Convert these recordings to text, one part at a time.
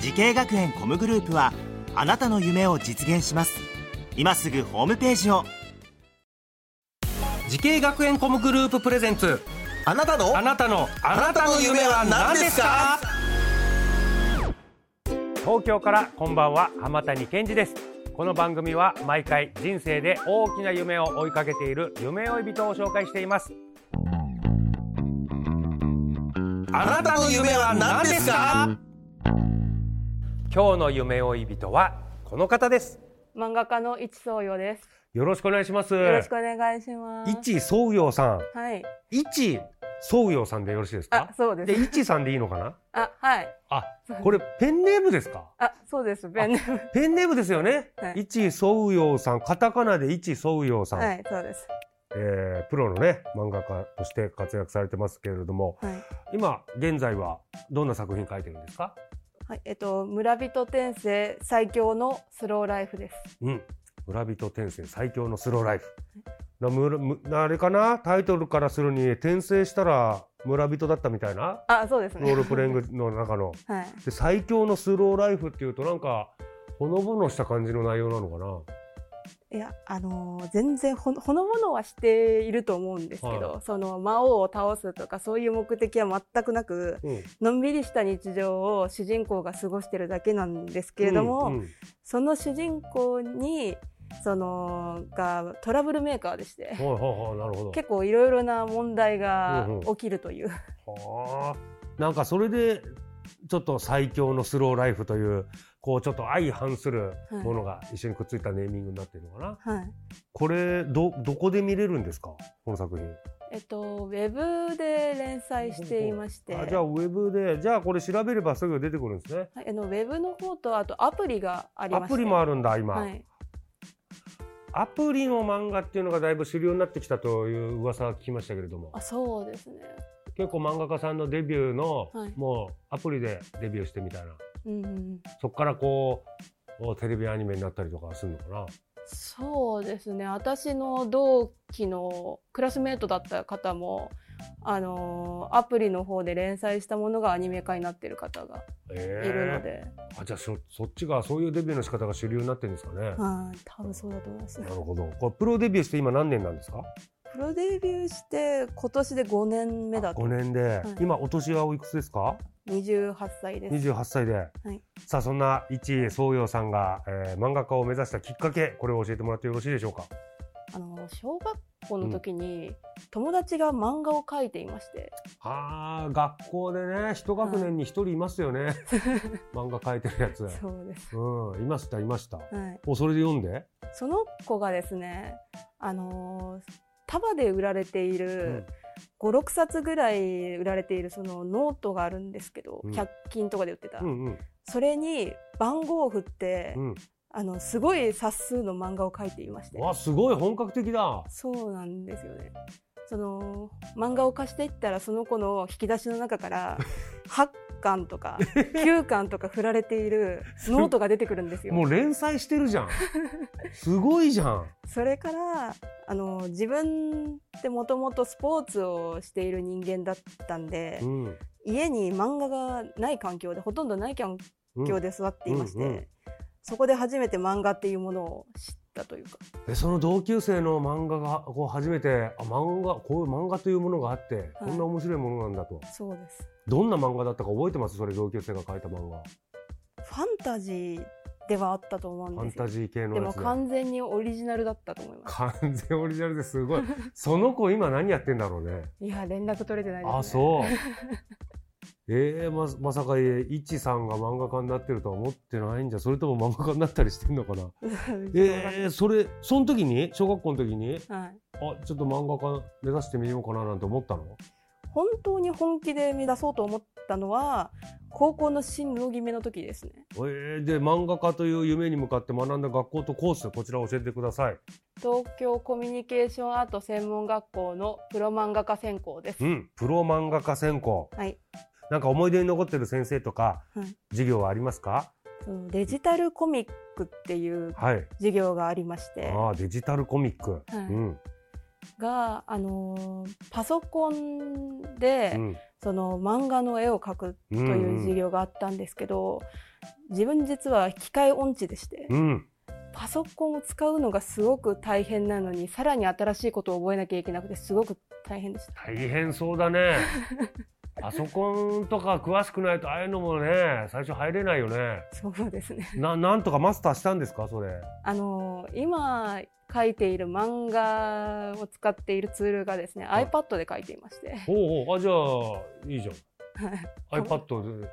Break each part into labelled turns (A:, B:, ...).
A: 時系学園コムグループはあなたの夢を実現します今すぐホームページを
B: 時系学園コムグループプレゼンツ
C: あなたの
B: あなたのあなたの夢は何ですか東京からこんばんは浜谷健二ですこの番組は毎回人生で大きな夢を追いかけている夢追い人を紹介しています
C: あなたの夢は何ですか
B: 今日の夢追い人はこの方です
D: 漫画家の一宗洋です。
B: よろしくお願いします
D: よろしくお願いします。
B: 一宗陽さん
D: はい。
B: 一宗陽さんでよろしいです
D: あ
B: か、
D: そうで。
B: です一さんでいいのかな
D: あ、はい。
B: あこれペンネームですか
D: あ、そうです。ペンネーム。
B: ペンネームですよね。
D: はい
B: 一宗陽さん、カタカナで一宗陽さん、
D: はい、そうです。
B: えープロのね漫画家として活躍されてますけれども、
D: はい。
B: 今現在はどんな作品書いてるんですか？
D: はい、えっと、村人転生最強のスローライフです。
B: うん、村人転生最強のスローライフ。なむらむあれかなタイトルからするに転生したら村人だったみたいな
D: あ、そうです
B: ロー
D: ね。
B: ルプレイングの中の
D: はい。
B: で最強のスローライフっていうとなんかほのぼのした感じの内容なのかない
D: や、あのー全然ほの、ほのぼのはしていると思うんですけど、
B: は
D: その、魔王を倒すとか、そういう目的は全くなく、？
B: うん、
D: のんびりした日常を主人公が過ごしてるだけなんですけれども、
B: うんうん
D: その主人公にそのがトラブルメーカーでして
B: はいはいはいなるほど。
D: 結構いろいろな問題が
B: うんうん
D: 起きるという、
B: はあなんかそれでちょっと最強のスローライフというこうちょっと相反するものが一緒にくっついたネーミングになってるのかな、
D: はい
B: これどどこで見れるんですかこの作品
D: えっとウェブで連載していまして
B: あじゃあウェブでじゃあこれ調べればすぐ出てくるんですね
D: はいあのウェブの方とあとアプリがありま
B: ア
D: して
B: プリもあるんだ今、
D: はい、
B: アプリの漫画っていうのがだいぶ主流になってきたという噂は聞きましたけれども
D: あそうですね
B: 結構漫画家さんのデビューの、
D: はい
B: もうアプリでデビューしてみたいな
D: うんうん
B: そこからこうテレビアニメになったりとかするのかな
D: そうですね私の同期のクラスメートだった方もあのアプリの方で連載したものがアニメ化になってる方がい
B: ええ
D: るので、
B: あじゃあそそっちがそういうデビューの仕方が主流になってるんですかね、
D: はい、多分そうだと思います
B: な。るほどこれプロデビューして今何年なんですか
D: プロデビューして今年で5年目だと
B: 5。年で、
D: い
B: 今お年はおいくつですか
D: 28歳です。
B: 28歳で、
D: い
B: さあそんな一宗陽さんが、えー漫画家を目指したきっかけこれを教えてもらってよろしいでしょうか
D: あの小学校の時に友達が漫画を描いていまして、
B: あー学校でね一学年に一人いますよ ね、漫画描いてるやつ
D: そうです。
B: うんいましたいました
D: はい。
B: おそれで読んで、
D: その子がですね、あのー束で売られている、5、6冊ぐらい売られているそのノートがあるんですけど、
B: うん
D: 100均とかで売ってた、
B: うんうん
D: それに番号を振って、
B: うん
D: あのすごい冊数の漫画を描いていまして
B: うわすごい本格的だ
D: そうなんですよね。その漫画を貸していったらその子の引き出しの中から 8巻とか9巻とか振られて いるノートが出てくるんですよ
B: も。う連載してるじ ゃんすごいじゃん
D: それからあの自分ってもともとスポーツをしている人間だったんで
B: うん
D: 家に漫画がない環境でほとんどない環
B: うん
D: 境で育っていまして、
B: うんうん
D: そこで初めて漫画っていうものを知ったというか
B: えその同級生の漫画がこう初めてあ漫画こういう漫画というものがあって、こんな面白いものなんだと
D: そうです
B: どんな漫画だったか覚えてますそれ同級生が描いた漫画
D: ファンタジーではあったと思うん
B: フ
D: です
B: ァ
D: よ
B: ンタジー系の
D: で
B: や
D: も
B: つで
D: 完全にオリジナルだったと思います。
B: 完全オリジナルですごいその子今何やってんだろう ね
D: いや、連絡取れてないです、ね。
B: あ
D: う。
B: そうえー、ままさかえいちさんが漫画家になってるとは思ってないんじゃそれとも漫画家になったりしてんのかなえー、それその時に小学校の時に
D: はい。
B: あちょっと漫画家目指してみようかななんて思ったの
D: 本当に本気で目指そうと思ったったのは高校の進路決めの時ですね
B: えーで漫画家という夢に向かって学んだ学校とコースこちらを教えてください。
D: 東京コミュニケーションアート専門学校のプロ漫画家専攻です
B: うん、プロ漫画家専攻。
D: はい
B: なんか思い出に残ってる先生とか、
D: はい
B: 授業はありますか？
D: そのデジタルコミックっていう
B: はい。
D: 授業がありまして
B: ああデジタルコミック。
D: はい
B: うん
D: が、あのーパソコン
B: う
D: で、
B: ん
D: その漫画の絵を描く
B: うんう
D: というん授業があったんですけど、自分実は機械音痴でして、
B: うん
D: パソコンを使うのがすごく大変なのにさらに新しいことを覚えなきゃいけなくてすごく大変でした。
B: 大変そうだ ね。パソコンとか詳しくないとああいうのもね最初入れないよね。
D: そうですね。
B: ななんとかマスターしたんですかそれ？
D: あのー今描いている漫画を使っているツールがですね、
B: はい
D: iPad で描いていまして、
B: おうおうあじゃあいいじゃん。
D: はい
B: iPad で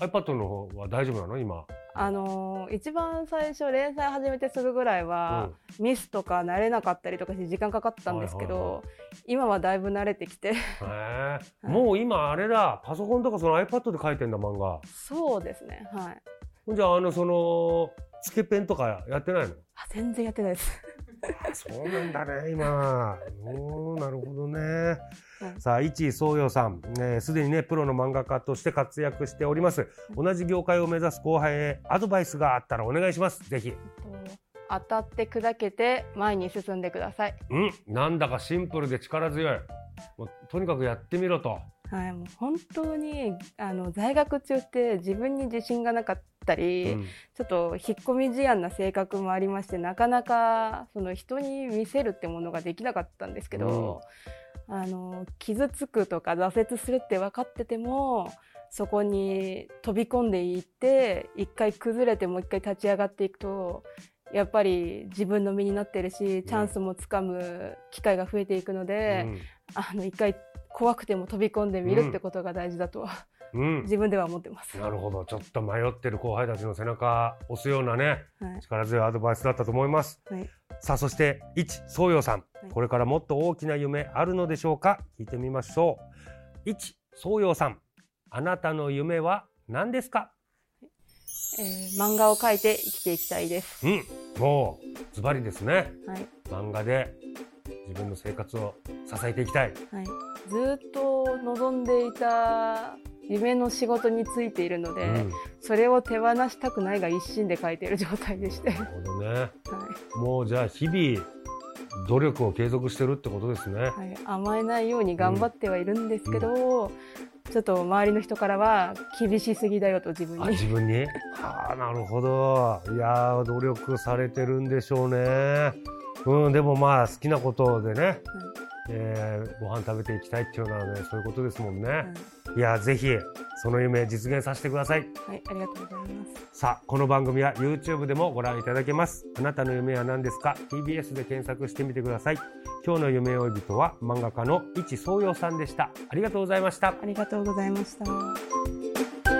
B: iPad の方は大丈夫なの今？
D: あのー一番最初連載始めてすぐぐらいは、
B: うん
D: ミスとか慣れなかったりとかして時間かかったんですけど、
B: はいはいは
D: 今はだいぶ慣れてきて
B: へ え、もう今あれだパソコンとかその iPad で書いてんだ漫画
D: そうですねはい
B: ほんじゃああのそのつけペンとかやってないの
D: あ全然やってないです
B: あそうなんだね今おーなるほどね、さあ一位宗陽さんねすで、にねプロの漫画家として活躍しております同じ業界を目指す後輩へアドバイスがあったらお願いしますぜひ
D: 当たって砕けて前に進んでください
B: うんなんだかシンプルで力強いもうとにかくやってみろと
D: はいもう本当にあの在学中って自分に自信がなかったり、
B: うん
D: ちょっと引っ込み思案な性格もありましてなかなかその人に見せるってものができなかったんですけど、あの傷つくとか挫折するって分かっててもそこに飛び込んでいって一回崩れてもう一回立ち上がっていくとやっぱり自分の身になってるしチャンスもつかむ機会が増えていくので、あの一回怖くても飛び込んでみるってことが大事だと、
B: うんうん
D: 自分では思ってます。
B: なるほどちょっと迷ってる後輩たちの背中押すようなね
D: はい
B: 力強いアドバイスだったと思います、
D: はい
B: さあそして一宗陽さん、
D: はい
B: これからもっと大きな夢あるのでしょうか聞いてみましょう一宗陽さんあなたの夢は何ですか
D: えー漫画を描いて生きていきたいです。
B: うんもうズバリですね
D: はい、
B: 漫画で自分の生活を支えていきたい
D: はい、ずーっと望んでいた夢の仕事についているので、
B: うん
D: それを手放したくないが一心で書いている状態 でして、は
B: なるほどね
D: い
B: もうじゃあ日々努力を継続してるってことですね
D: はい、甘えないように頑張ってはいるんですけど、ちょっと周りの人からは厳しすぎだよと自分
B: あ
D: に
B: 自分にはあなるほどいやー努力されてるんでしょうねうんでもまあ好きなことでね、えーご飯食べていきたいっていうのはねそういうことですもんね、
D: はい
B: い、やーぜひその夢実現させてください
D: はい、ありがとうございます。
B: さあこの番組は YouTube でもご覧いただけますあなたの夢は何ですか TBS で検索してみてください今日の夢追い人は漫画家の一宗陽さんでしたありがとうございました
D: ありがとうございました。